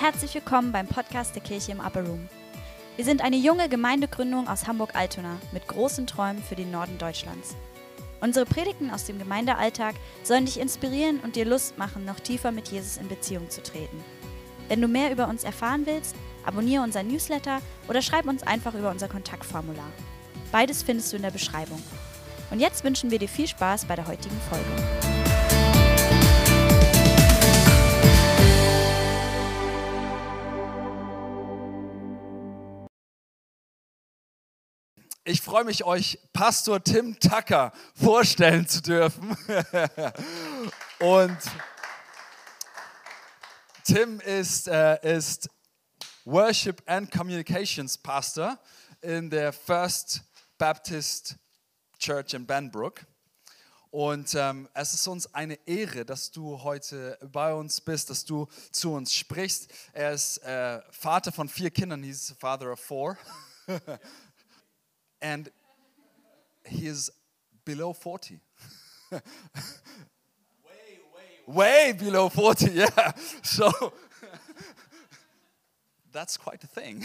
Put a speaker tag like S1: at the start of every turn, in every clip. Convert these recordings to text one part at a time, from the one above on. S1: herzlich willkommen beim Podcast der Kirche im Upper Room. Wir sind eine junge Gemeindegründung aus Hamburg-Altona mit großen Träumen für den Norden Deutschlands. Unsere Predigten aus dem Gemeindealltag sollen dich inspirieren und dir Lust machen, noch tiefer mit Jesus in Beziehung zu treten. Wenn du mehr über uns erfahren willst, abonniere unseren Newsletter oder schreib uns einfach über unser Kontaktformular. Beides findest du in der Beschreibung. Und jetzt wünschen wir dir viel Spaß bei der heutigen Folge.
S2: Ich freue mich, euch Pastor Tim Tucker vorstellen zu dürfen. Und Tim ist, äh, ist Worship and Communications Pastor in der First Baptist Church in Banbrook. Und ähm, es ist uns eine Ehre, dass du heute bei uns bist, dass du zu uns sprichst. Er ist äh, Vater von vier Kindern, he's father of four. and he is below 40. way, way, way below 40, yeah. So that's quite a thing.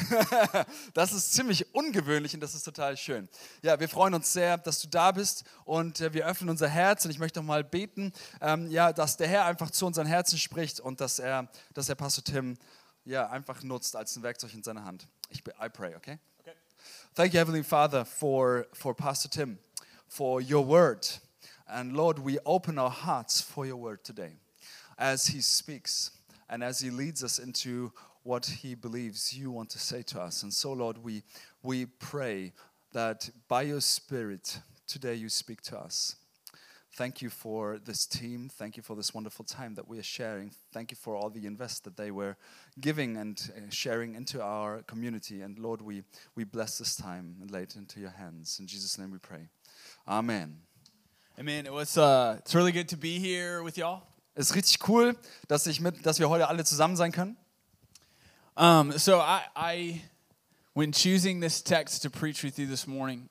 S2: das ist ziemlich ungewöhnlich und das ist total schön. Ja, wir freuen uns sehr, dass du da bist und äh, wir öffnen unser Herz und ich möchte nochmal beten, ähm, ja, dass der Herr einfach zu unseren Herzen spricht und dass er, dass er Pastor Tim ja, einfach nutzt als ein Werkzeug in seiner Hand. Ich, be- I pray, okay? Thank you, Heavenly Father, for, for Pastor Tim, for your word. And Lord, we open our hearts for your word today as he speaks and as he leads us into what he believes you want to say to us. And so, Lord, we, we pray that by your spirit today you speak to us. Thank you for this team. Thank you for this wonderful time that we are sharing. Thank you for all the invest that they were giving and uh, sharing into our community. And Lord, we, we bless this time and lay it into your hands. In Jesus' name we pray. Amen.
S3: Amen. It was uh, it's really good to be here with y'all.
S2: Es ist richtig cool, dass, ich mit, dass wir heute alle zusammen sein können.
S3: Um, so I, I, when choosing this text to preach with you this morning,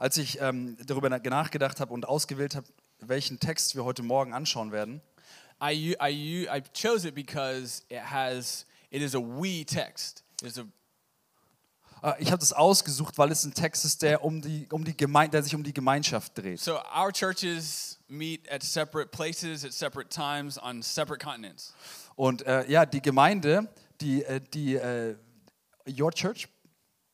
S2: Als ich ähm, darüber na- nachgedacht habe und ausgewählt habe, welchen Text wir heute Morgen anschauen werden,
S3: I, u- I, u- I chose it because it has it is a we text. It's a
S2: äh, ich habe das ausgesucht, weil es ein Text ist, der, um die, um die Gemein der sich um die Gemeinschaft dreht.
S3: so our churches meet at separate places at separate times on separate continents.
S2: Und äh, ja, die Gemeinde, die, äh, die äh, Your Church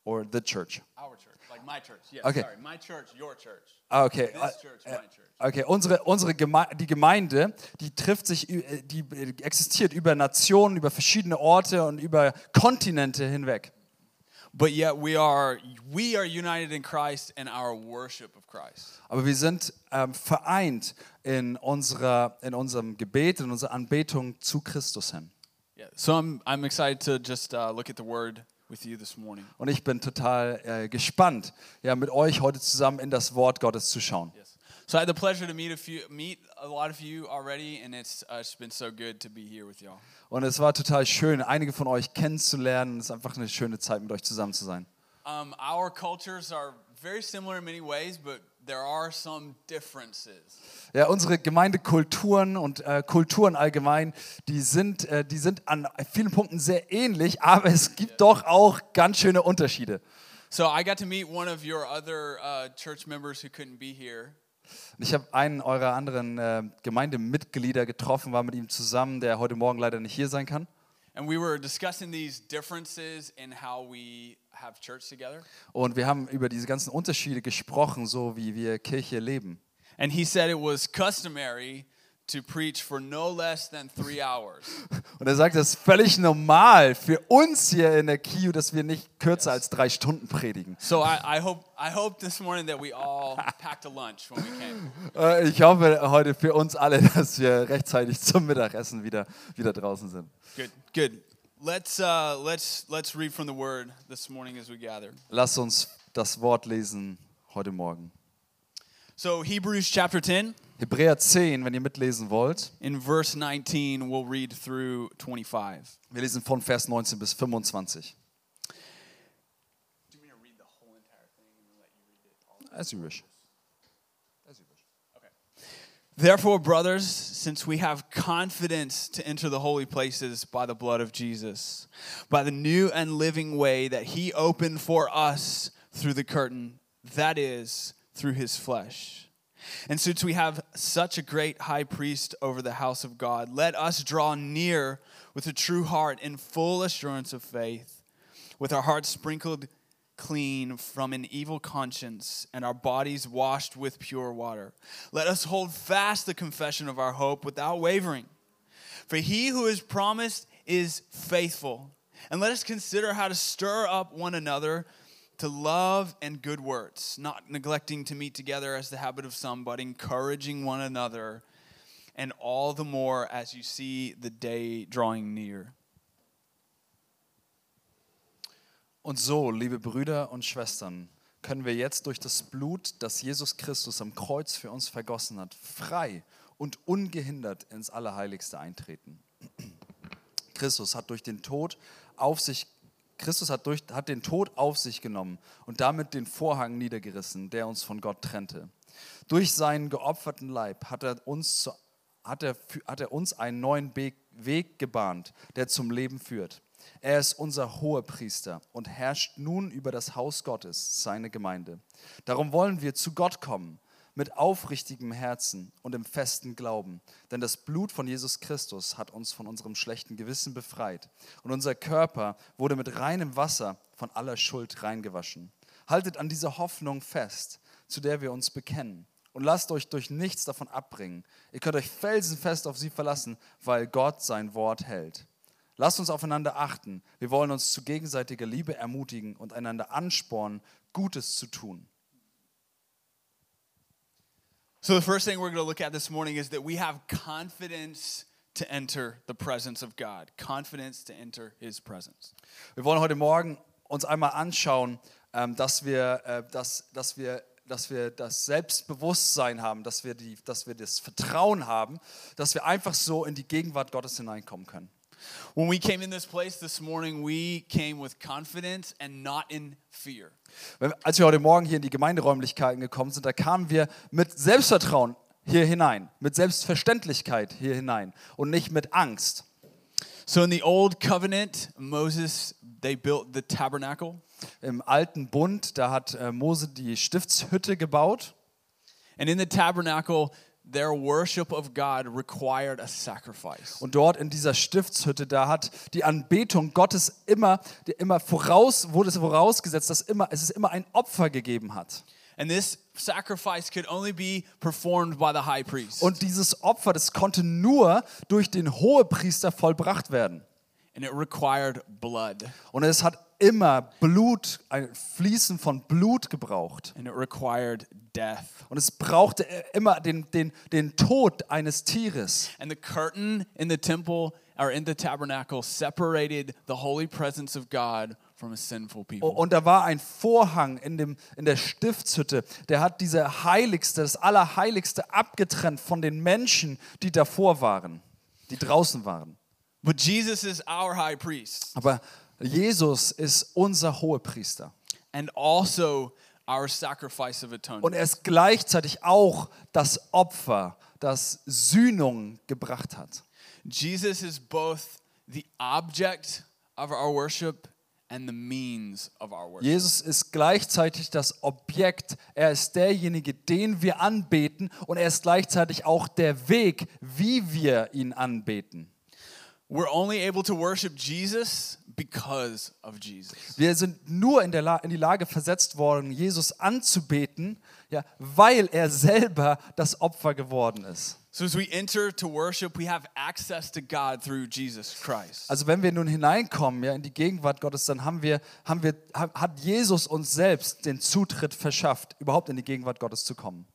S2: or the Church?
S3: Our church, like my church. Yeah.
S2: Okay.
S3: Sorry, my church, your church. Uh,
S2: Ah, okay.
S3: This church,
S2: Äh,
S3: my
S2: äh,
S3: church.
S2: Okay, unsere, unsere Geme die Gemeinde, die trifft sich, ü- äh, die äh, existiert über Nationen, über verschiedene Orte und über Kontinente hinweg.
S3: But yet we are we are united in Christ and our worship of Christ.
S2: Aber wir sind ähm, vereint in, unserer, in unserem Gebet, in unserer Anbetung zu Christus hin.
S3: Yeah, so I'm, I'm excited to just uh, look at the word with you this morning.
S2: Und ich bin total äh, gespannt, ja, mit euch heute zusammen in das Wort Gottes zu schauen.
S3: Yes. So I had the pleasure to meet a few, meet a lot of you already, and it's uh, it's been so good to be here with y'all.
S2: Und es war total schön, einige von euch kennenzulernen. Es ist einfach eine schöne Zeit, mit euch zusammen zu sein.
S3: Um, our cultures are very similar in many ways, but there are some differences.
S2: Ja, unsere Gemeindekulturen und äh, Kulturen allgemein, die sind, äh, die sind an vielen Punkten sehr ähnlich, aber es gibt doch auch ganz schöne Unterschiede.
S3: So I got to meet one of your other uh, church members who couldn't be here,
S2: Und ich habe einen eurer anderen äh, Gemeindemitglieder getroffen, war mit ihm zusammen, der heute Morgen leider nicht hier sein kann.
S3: and we were discussing these differences in how we have church together.
S2: Und wir haben über diese ganzen Unterschiede gesprochen, so wie wir Kirche leben.
S3: And he said it was customary to preach for no less than three hours.
S2: Und er sagt, das ist völlig normal für uns hier in der KIU, dass wir nicht kürzer als drei Stunden predigen.
S3: So I, I hope I hope this morning that we all packed a lunch when we came.
S2: Äh, Ich hoffe heute für uns alle, dass wir rechtzeitig zum Mittagessen wieder, wieder draußen sind.
S3: Good, good. Let's uh, let's let's read from the Word this morning as we gather.
S2: Lass uns das Wort lesen heute Morgen.
S3: So Hebrews chapter ten,
S2: Hebräer 10, wenn ihr mitlesen wollt.
S3: in verse nineteen, we'll read through twenty-five.
S2: Wir lesen von Vers 19 bis 25.
S3: Do you mean to read the whole entire thing and let you read it all?
S2: As you wish.
S3: Therefore, brothers, since we have confidence to enter the holy places by the blood of Jesus, by the new and living way that he opened for us through the curtain, that is, through his flesh. And since we have such a great high priest over the house of God, let us draw near with a true heart in full assurance of faith, with our hearts sprinkled clean from an evil conscience and our bodies washed with pure water. Let us hold fast the confession of our hope without wavering. For he who is promised is faithful. And let us consider how to stir up one another to love and good works, not neglecting to meet together as the habit of some, but encouraging one another, and all the more as you see the day drawing near.
S2: Und so, liebe Brüder und Schwestern, können wir jetzt durch das Blut, das Jesus Christus am Kreuz für uns vergossen hat, frei und ungehindert ins Allerheiligste eintreten. Christus hat durch den Tod auf sich Christus hat, durch, hat den Tod auf sich genommen und damit den Vorhang niedergerissen, der uns von Gott trennte. Durch seinen geopferten Leib hat er uns, zu, hat er, fü- hat er uns einen neuen Weg, Weg gebahnt, der zum Leben führt. Er ist unser hoher Priester und herrscht nun über das Haus Gottes, seine Gemeinde. Darum wollen wir zu Gott kommen mit aufrichtigem Herzen und im festen Glauben. Denn das Blut von Jesus Christus hat uns von unserem schlechten Gewissen befreit und unser Körper wurde mit reinem Wasser von aller Schuld reingewaschen. Haltet an dieser Hoffnung fest, zu der wir uns bekennen und lasst euch durch nichts davon abbringen. Ihr könnt euch felsenfest auf sie verlassen, weil Gott sein Wort hält. Lasst uns aufeinander achten. Wir wollen uns zu gegenseitiger Liebe ermutigen und einander anspornen, Gutes zu tun.
S3: So, the first thing we're going to look at this morning is that we have confidence to enter the presence of God, confidence to enter His presence.
S2: Wir wollen heute Morgen uns einmal anschauen, ähm, dass, wir, äh, dass, dass, wir, dass wir das Selbstbewusstsein haben, dass wir, die, dass wir das Vertrauen haben, dass wir einfach so in die Gegenwart Gottes hineinkommen können.
S3: When we came in this place this morning, we came with confidence and not in fear.
S2: Wenn, als wir heute Morgen hier in die Gemeinderäumlichkeiten gekommen sind, da kamen wir mit Selbstvertrauen hier hinein, mit Selbstverständlichkeit hier hinein und nicht mit Angst.
S3: So, in the old covenant, Moses, they built the tabernacle.
S2: Im alten Bund, da hat äh, Mose die Stiftshütte gebaut.
S3: And in the tabernacle, their worship of God required a sacrifice.
S2: Und dort in dieser Stiftshütte, da hat die Anbetung Gottes immer, die immer voraus, wurde es vorausgesetzt, dass immer, es ist immer ein Opfer gegeben hat.
S3: And this sacrifice could only be performed by the high priest.
S2: Und dieses Opfer, das konnte nur durch den Hohepriester vollbracht werden.
S3: And it required blood.
S2: Und es hat immer Blut, ein Fließen von Blut gebraucht.
S3: And it required death.
S2: Und es brauchte immer den, den, den Tod eines Tieres.
S3: And the curtain in the temple or in the tabernacle separated the holy presence of God from a sinful people.
S2: Und da war ein Vorhang in, dem, in der Stiftshütte, der hat diese Heiligste, das Allerheiligste abgetrennt von den Menschen, die davor waren, die draußen waren.
S3: But Jesus is our high priest
S2: Aber Jesus ist unser Hohepriester.
S3: and also our sacrifice of atonement.
S2: Und er ist gleichzeitig auch das Opfer, das Sühnung gebracht hat.
S3: Jesus is both the object of our worship and the means of our worship.
S2: Jesus ist gleichzeitig das Objekt, er ist derjenige, den wir anbeten und er ist gleichzeitig auch der Weg, wie wir ihn anbeten.
S3: We're only able to worship Jesus because of Jesus.
S2: Wir sind nur in, der La in die Lage versetzt worden, Jesus anzubeten, ja, weil er selber das Opfer geworden ist.
S3: So as we enter to worship, we have access to God through Jesus Christ.
S2: Also wenn wir nun hineinkommen ja, in die Gegenwart Gottes, dann haben wir, haben wir, ha- hat Jesus uns selbst den Zutritt verschafft, überhaupt in die Gegenwart Gottes zu kommen.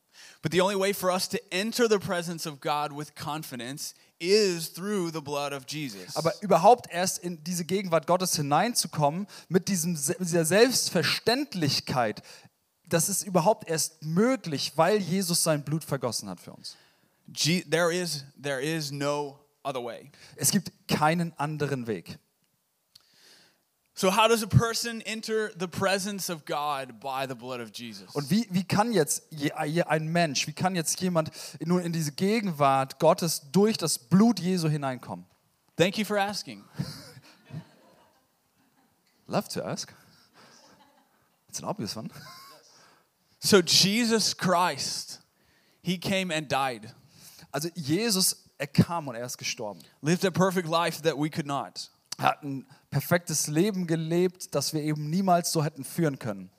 S3: But the only way for us to enter the presence of God with confidence is through the blood of Jesus.
S2: Aber überhaupt erst in diese Gegenwart Gottes hineinzukommen, mit, diesem, Se- mit dieser Selbstverständlichkeit, das ist überhaupt erst möglich, weil Jesus sein Blut vergossen hat für uns.
S3: Je- there is there is no other way.
S2: Es gibt keinen anderen Weg.
S3: So, how does a person enter the presence of God by the blood of Jesus?
S2: Und wie, wie kann jetzt je- je- ein Mensch, wie kann jetzt jemand nun in diese Gegenwart Gottes durch das Blut Jesu hineinkommen?
S3: Thank you for asking.
S2: Love to ask. It's an obvious one.
S3: So, Jesus Christ, he came and died,
S2: Also Jesus, er kam und er ist gestorben.
S3: lived a perfect life that we could not.
S2: Er hat ein perfektes Leben gelebt, das wir eben niemals so hätten führen können.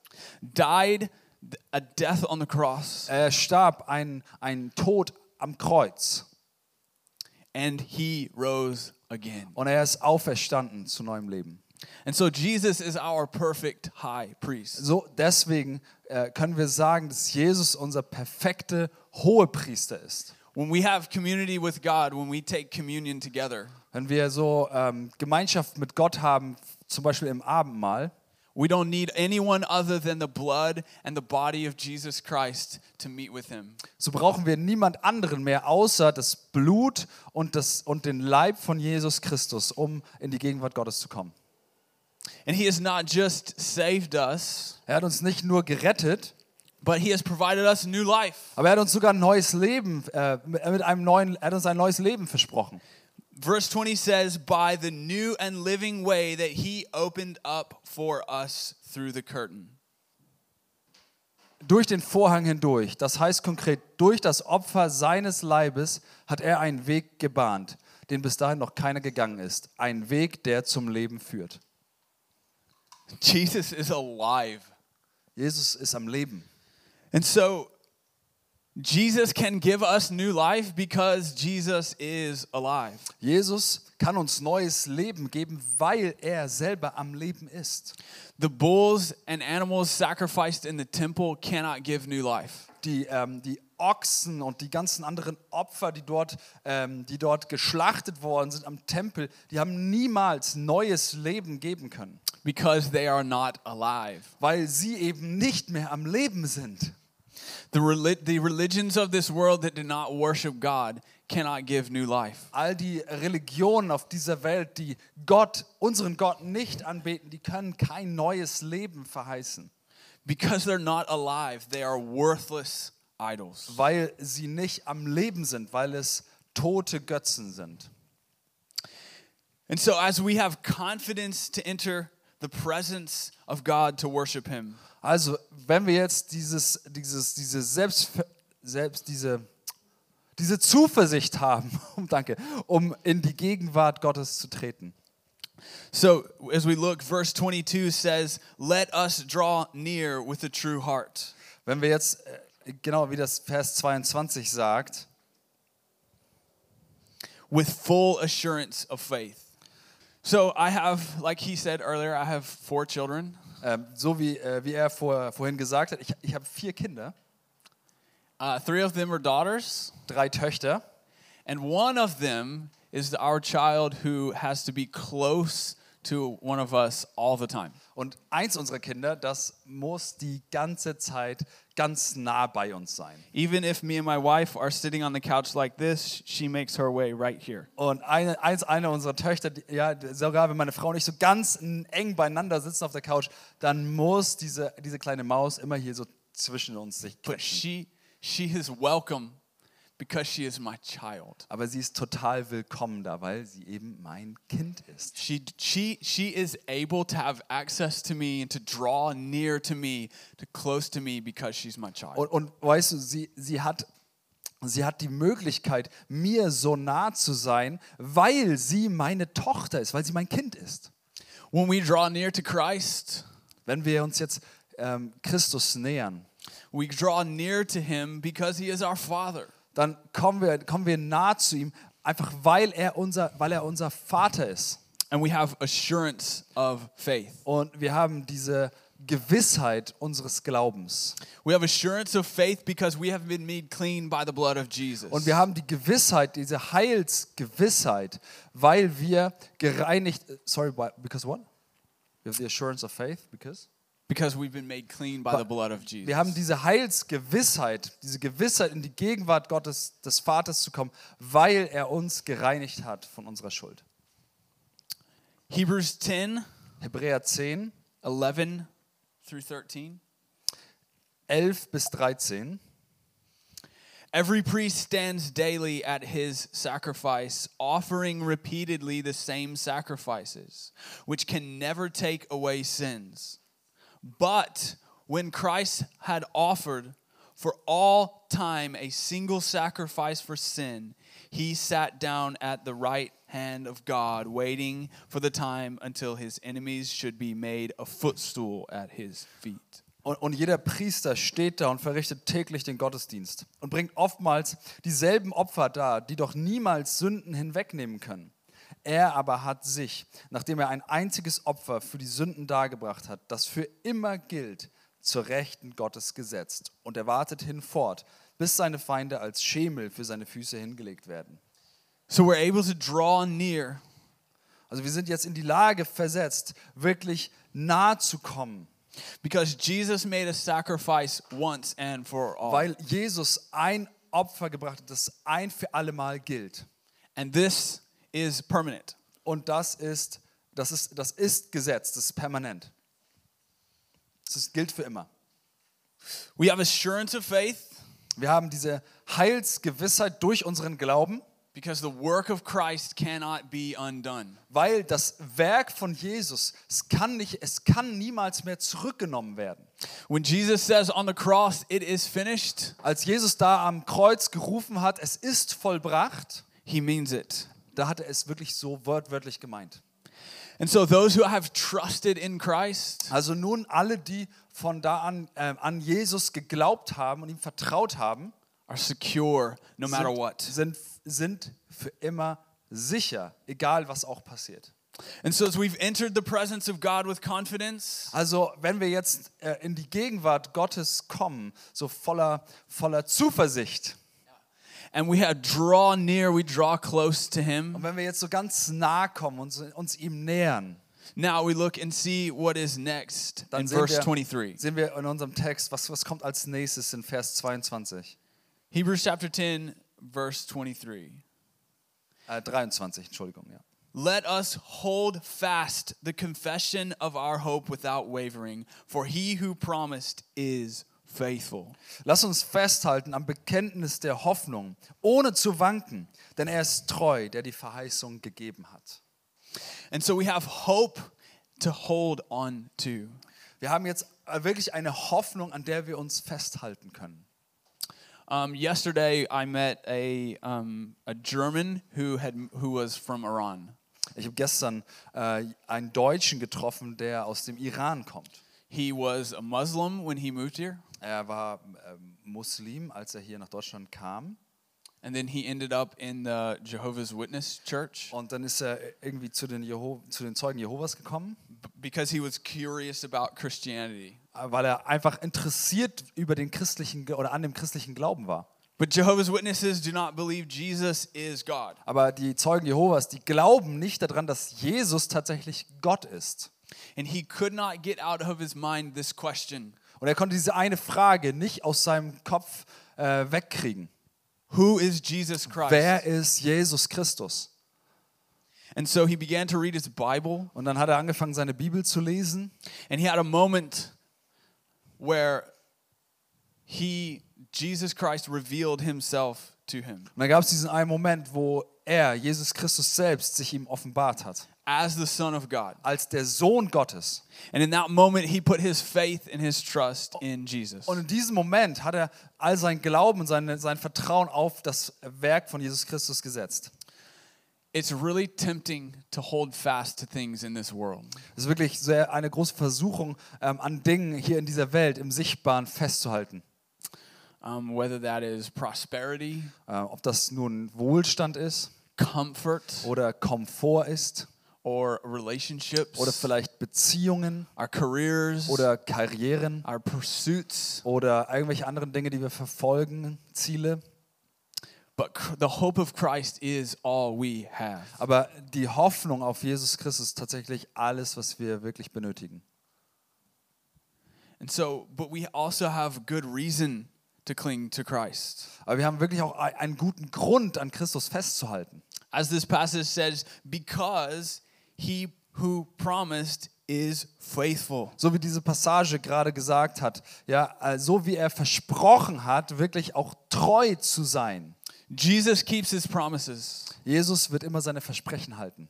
S3: died th- a death on the cross
S2: Er starb einen, einen Tod am Kreuz
S3: and he rose again.
S2: und er ist auferstanden zu neuem Leben.
S3: And so Jesus is our perfect high priest.
S2: So deswegen äh, können wir sagen, dass Jesus unser perfekte Hohepriester ist.
S3: When we have community with God, when we take communion together,
S2: Wenn wir so ähm, Gemeinschaft mit Gott haben, f- zum Beispiel im Abendmahl,
S3: we don't need anyone other than the blood and the body of Jesus Christ to meet with him.
S2: so brauchen wir niemand anderen mehr außer das Blut und, das, und den Leib von Jesus Christus, um in die Gegenwart Gottes zu kommen.
S3: And he has not just saved us,
S2: Er hat uns nicht nur gerettet,
S3: but he has provided us new life.
S2: aber er hat uns sogar ein neues Leben, äh, mit einem neuen, er hat uns ein neues Leben versprochen.
S3: Verse 20 says, By the new and living way that he opened up for us through the curtain.
S2: Durch den Vorhang hindurch, das heißt konkret, durch das Opfer seines Leibes hat er einen Weg gebahnt, den bis dahin noch keiner gegangen ist. Ein Weg, der zum Leben führt.
S3: Jesus is alive.
S2: Jesus ist am Leben.
S3: And so Jesus can give us new life because Jesus is alive.
S2: Jesus kann uns neues Leben geben, weil er selber am Leben ist.
S3: The bulls and animals sacrificed in the temple cannot give new life.
S2: Die, ähm, die Ochsen und die ganzen anderen Opfer, die dort, ähm, die dort geschlachtet worden sind am Tempel, die haben niemals neues Leben geben können,
S3: Because they are not alive.
S2: weil sie eben nicht mehr am Leben sind.
S3: The, reli- the religions of this world that do not worship God cannot give new life.
S2: All die Religionen auf dieser Welt, die Gott, unseren Gott nicht anbeten, die können kein neues Leben verheißen,
S3: Because they're not alive, they are worthless idols.
S2: weil sie nicht am Leben sind, weil es tote Götzen sind.
S3: And so, as we have confidence to enter the presence of God to worship Him,
S2: Also, wenn wir jetzt dieses, dieses, diese Selbst, selbst diese, diese Zuversicht haben, um, danke, um in die Gegenwart Gottes zu treten.
S3: So, as we look, verse 22 says, Let us draw near with a true heart.
S2: Wenn wir jetzt, äh, genau wie das Vers 22 sagt,
S3: with full assurance of faith. So I have, like he said earlier, I have four children,
S2: ähm, so wie, äh, wie er vor, vorhin gesagt hat, ich, ich habe vier Kinder,
S3: uh, three of them are daughters,
S2: drei Töchter
S3: and one of them is our child who has to be close to one of us all the time.
S2: und eins unserer Kinder, das muss die ganze Zeit ganz nah bei uns sein.
S3: Even if me and my wife are sitting on the couch like this, she makes her way right here.
S2: Und eine, eins, eine unserer Töchter, die, ja, sogar wenn meine Frau nicht so ganz n- eng beieinander sitzen auf der Couch, dann muss diese, diese kleine Maus immer hier so zwischen uns sich
S3: But
S2: quetschen.
S3: she she is welcome because she is my child.
S2: Aber sie ist total willkommen da, weil sie eben mein Kind ist.
S3: She, she, she is able to have access to me and to draw near to me, to close to me because she's my child.
S2: Und, und weißt du, sie, sie, hat, sie hat die Möglichkeit, mir so nah zu sein, weil sie meine Tochter ist, weil sie mein Kind ist.
S3: when we draw near to Christ,
S2: Wenn wir uns jetzt ähm, Christus nähern,
S3: we draw near to him because he is our father.
S2: dann kommen wir, kommen wir nah zu ihm, einfach weil er unser, weil er unser Vater ist.
S3: And we have assurance of faith.
S2: Und wir haben diese Gewissheit unseres Glaubens.
S3: We have assurance of faith because we have been made clean by the blood of Jesus.
S2: Und wir haben die Gewissheit, diese Heilsgewissheit, weil wir gereinigt, sorry, why- because what? We have the assurance of faith, because?
S3: because we've been made clean by the blood of Jesus.
S2: Wir haben diese Heilsgewissheit, diese Gewissheit in die Gegenwart Gottes, des Vaters zu kommen, weil er uns gereinigt hat von unserer Schuld.
S3: Hebrews 10
S2: Hebräer 10,
S3: 11 through 13.
S2: 11 bis 13.
S3: Every priest stands daily at his sacrifice, offering repeatedly the same sacrifices, which can never take away sins. But when Christ had offered for all time a single sacrifice for sin, he sat down at the right hand of God, waiting for the time until his enemies should be made a footstool at his feet.
S2: Und, und jeder Priester steht da und verrichtet täglich den Gottesdienst und bringt oftmals dieselben Opfer dar, die doch niemals Sünden hinwegnehmen können. Er aber hat sich, nachdem er ein einziges Opfer für die Sünden dargebracht hat, das für immer gilt, zur Rechten Gottes gesetzt und erwartet hinfort, bis seine Feinde als Schemel für seine Füße hingelegt werden.
S3: So we're able to draw near
S2: Also wir sind jetzt in die Lage versetzt, wirklich nahe zu kommen,
S3: because Jesus made a sacrifice once and for all.
S2: weil Jesus ein Opfer gebracht hat, das ein für allemal gilt.
S3: And this is permanent.
S2: Und das ist, das ist, das ist Gesetz, das ist permanent. Das ist, gilt für immer.
S3: We have assurance of faith
S2: Wir haben diese Heilsgewissheit durch unseren Glauben,
S3: because the work of Christ cannot be undone.
S2: weil das Werk von Jesus, es kann, nicht, es kann niemals mehr zurückgenommen werden.
S3: When Jesus says on the cross, it is finished,
S2: Als Jesus da am Kreuz gerufen hat, es ist vollbracht,
S3: he means it.
S2: da hat er es wirklich so wortwörtlich gemeint.
S3: And so those who have trusted in Christ,
S2: Also nun alle, die von da an äh, an Jesus geglaubt haben und ihm vertraut haben,
S3: are secure no matter
S2: sind,
S3: what.
S2: Sind, sind für immer sicher, egal was auch passiert.
S3: And so, as we've entered the presence of God with confidence,
S2: Also wenn wir jetzt äh, in die Gegenwart Gottes kommen, so voller, voller Zuversicht,
S3: and we have draw near, we draw close to
S2: und
S3: Him.
S2: wenn wir jetzt so ganz nah kommen und so- uns ihm nähern,
S3: Now we look and see what is next
S2: dann
S3: in
S2: sehen,
S3: verse
S2: wir,
S3: 23.
S2: sehen wir in unserem Text, was, was kommt als nächstes in Vers 22,
S3: Hebrews chapter 10, verse 23.
S2: äh, 23, Entschuldigung, ja.
S3: Let us hold fast the confession of our hope without wavering, for he who promised is faithful.
S2: Lass uns festhalten am Bekenntnis der Hoffnung, ohne zu wanken, denn er ist treu, der die Verheißung gegeben hat.
S3: And so we have hope to hold on to.
S2: Wir haben jetzt äh, wirklich eine Hoffnung, an der wir uns festhalten können.
S3: Um, yesterday, I met a, um, a German who, had, who was from Iran.
S2: Ich habe gestern äh, einen Deutschen getroffen, der aus dem Iran kommt.
S3: He was a Muslim when he moved here,
S2: Er war ähm, Muslim, als er hier nach Deutschland kam.
S3: and then he ended up in the Jehovah's Witness church
S2: Und dann ist er äh, irgendwie zu den, Jeho zu den Zeugen Jehovas gekommen,
S3: b- because he was curious about Christianity.
S2: äh, weil er einfach interessiert über den christlichen Ge- oder an dem christlichen Glauben war.
S3: But Jehovah's Witnesses do not believe Jesus is God.
S2: Aber die Zeugen Jehovas, die glauben nicht daran, dass Jesus tatsächlich Gott ist.
S3: And he could not get out of his mind this question
S2: Und er konnte diese eine Frage nicht aus seinem Kopf äh, wegkriegen.
S3: Who is Jesus Christ?
S2: Wer ist Jesus Christus?
S3: And so he began to read his Bible,
S2: Und dann hat er angefangen, seine Bibel zu lesen.
S3: and he had a moment where he, Jesus Christ, revealed himself to him
S2: Und dann gab es diesen einen Moment, wo er, Jesus Christus selbst, sich ihm offenbart hat.
S3: as the Son of God.
S2: Als der Sohn Gottes.
S3: And in that moment, he put his faith and his trust in Jesus.
S2: Und in diesem Moment hat er all sein Glauben und seine, sein Vertrauen auf das Werk von Jesus Christus gesetzt.
S3: It's really tempting to hold fast to things in this world.
S2: Es ist wirklich sehr eine große Versuchung, ähm, an Dingen hier in dieser Welt im Sichtbaren festzuhalten.
S3: Um, whether that is prosperity,
S2: Äh, ob das nun Wohlstand ist
S3: comfort,
S2: oder Komfort ist
S3: or relationships,
S2: oder vielleicht Beziehungen
S3: our careers,
S2: oder Karrieren
S3: our pursuits.
S2: oder irgendwelche anderen Dinge, die wir verfolgen, Ziele.
S3: But cr- the hope of Christ is all we have.
S2: Aber die Hoffnung auf Jesus Christus ist tatsächlich alles, was wir wirklich benötigen.
S3: And so, but we also have good reason to cling to Christ.
S2: Aber wir haben wirklich auch ei- einen guten Grund, an Christus festzuhalten.
S3: As this passage says, because he who promised is faithful.
S2: so wie diese Passage gerade gesagt hat, ja, äh, so wie er versprochen hat, wirklich auch treu zu sein.
S3: Jesus keeps his promises.
S2: Jesus wird immer seine Versprechen halten.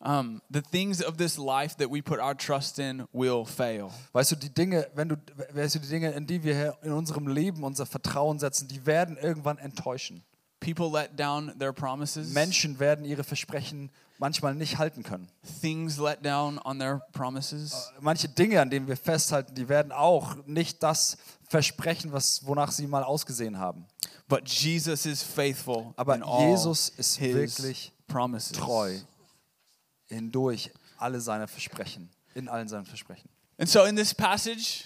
S3: Um, the things of this life that we put our trust in will fail.
S2: Weißt du, die Dinge, wenn du, weißt du, die Dinge, in die wir in unserem Leben unser Vertrauen setzen, die werden irgendwann enttäuschen.
S3: People let down their promises.
S2: Menschen werden ihre Versprechen manchmal nicht halten können.
S3: Things let down on their promises.
S2: Manche Dinge, an denen wir festhalten, die werden auch nicht das versprechen, was, wonach sie mal ausgesehen haben.
S3: But Jesus is faithful
S2: Aber
S3: in all
S2: Jesus ist
S3: his
S2: wirklich
S3: promises.
S2: Treu hindurch alle seine Versprechen, in allen seinen Versprechen.
S3: And so in this passage,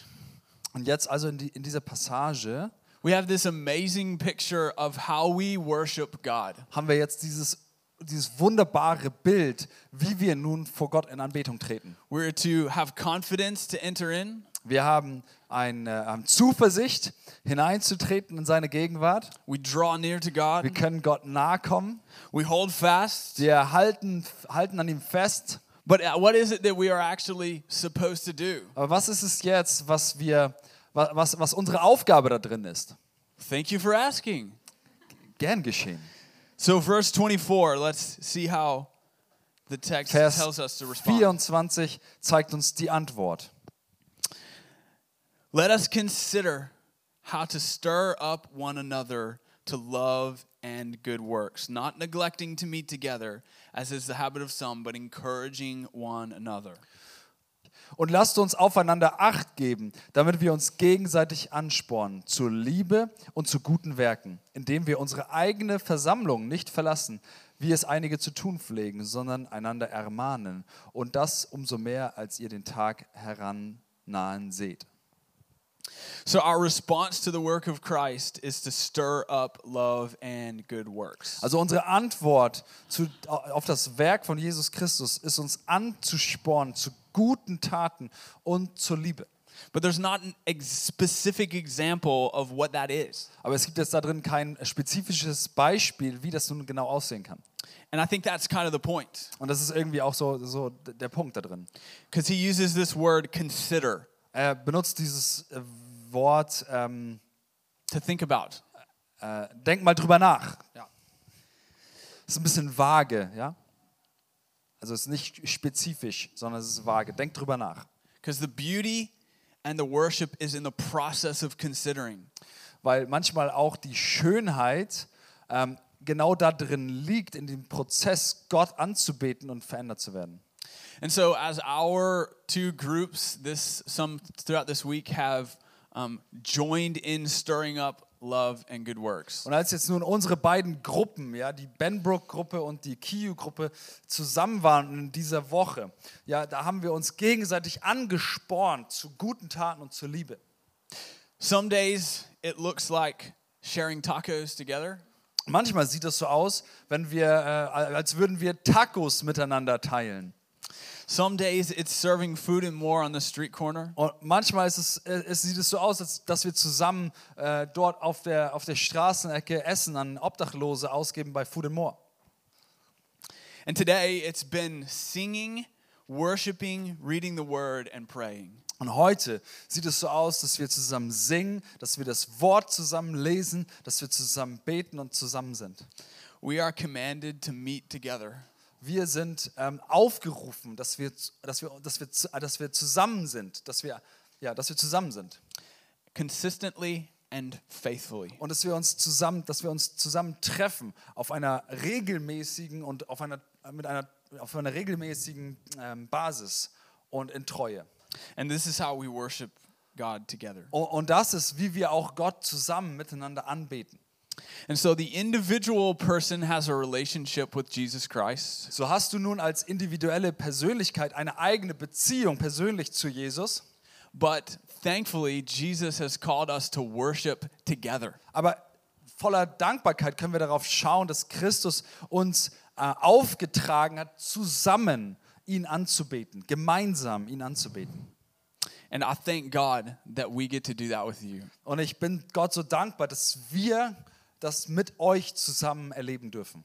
S2: Und jetzt also in, die, in dieser Passage
S3: we have this amazing picture of how we worship God.
S2: haben wir jetzt dieses, dieses wunderbare Bild, wie wir nun vor Gott in Anbetung treten.
S3: We're to have confidence to enter in.
S2: Wir haben, ein, äh, haben Zuversicht, hineinzutreten in seine Gegenwart.
S3: We draw near to
S2: Wir
S3: God.
S2: können Gott nahe kommen.
S3: We hold fast.
S2: Wir halten, halten an ihm fest.
S3: But uh, what is it that we are actually supposed to do?
S2: Aber was ist es jetzt, was, wir, wa- was, was unsere Aufgabe da drin ist?
S3: Thank you for asking.
S2: Gern geschehen.
S3: So, verse 24, let's see how the text tells
S2: Vers
S3: us to respond.
S2: 24 zeigt uns die Antwort.
S3: Let us consider how to stir up one another to love and good works, not neglecting to meet together, as is the habit of some, but encouraging one another.
S2: Und lasst uns aufeinander Acht geben, damit wir uns gegenseitig anspornen zur Liebe und zu guten Werken, indem wir unsere eigene Versammlung nicht verlassen, wie es einige zu tun pflegen, sondern einander ermahnen. Und das umso mehr, als ihr den Tag herannahen seht.
S3: So, our response to the work of Christ is to stir up love and good works.
S2: Also unsere Antwort zu, auf das Werk von Jesus Christus ist uns anzuspornen zu guten Taten und zur Liebe.
S3: But there's not an ex- specific example of what that is.
S2: Aber es gibt jetzt da drin kein spezifisches Beispiel, wie das nun genau aussehen kann.
S3: And I think that's kind of the point,
S2: Und das ist irgendwie auch so, so d- der Punkt da drin.
S3: because he uses this word consider
S2: Er benutzt dieses äh, Wort, ähm,
S3: to think about.
S2: äh, denk mal drüber nach.
S3: Ja.
S2: Ist ein bisschen vage, ja? Also es ist nicht spezifisch, sondern es ist vage. Denk drüber nach.
S3: Because the beauty and the worship is in the process of considering.
S2: Weil manchmal auch die Schönheit ähm, genau da drin liegt, in dem Prozess, Gott anzubeten und verändert zu werden.
S3: And so, as our two groups, this some throughout this week have um, joined in stirring up love and good works.
S2: Und als jetzt nun unsere beiden Gruppen, ja, die Benbrook-Gruppe und die Kiu-Gruppe zusammen waren in dieser Woche, ja, da haben wir uns gegenseitig angespornt zu guten Taten und zur Liebe.
S3: Some days it looks like sharing tacos together.
S2: Manchmal sieht es so aus, wenn wir, äh, als würden wir Tacos miteinander teilen.
S3: Some days it's serving food and more on the street corner.
S2: Und manchmal ist es, äh, es sieht es so aus, als, dass wir zusammen äh, dort auf der, auf der Straßenecke Essen an Obdachlose ausgeben bei Food and More.
S3: And today it's been singing, worshiping, reading the word, and praying.
S2: Und heute sieht es so aus, dass wir zusammen singen, dass wir das Wort zusammen lesen, dass wir zusammen beten und zusammen sind.
S3: We are commanded to meet together.
S2: Wir sind ähm, aufgerufen, dass wir, dass, wir, dass, wir, zu- äh, dass wir zusammen sind, dass wir, ja, dass wir zusammen sind
S3: consistently and faithfully.
S2: und dass wir uns zusammen, dass wir uns zusammen treffen auf einer regelmäßigen und auf einer mit einer auf einer regelmäßigen ähm, Basis und in Treue.
S3: And this is how we worship God together.
S2: Und, und das ist, wie wir auch Gott zusammen miteinander anbeten.
S3: And so the individual person has a relationship with Jesus Christ,
S2: So hast du nun als individuelle Persönlichkeit eine eigene Beziehung persönlich zu Jesus,
S3: but thankfully, Jesus has called us to worship together.
S2: aber voller Dankbarkeit können wir darauf schauen, dass Christus uns äh, aufgetragen hat, zusammen ihn anzubeten, gemeinsam ihn anzubeten.
S3: And I thank God that we get to do that with you.
S2: Und ich bin Gott so dankbar, dass wir das mit euch zusammen erleben dürfen.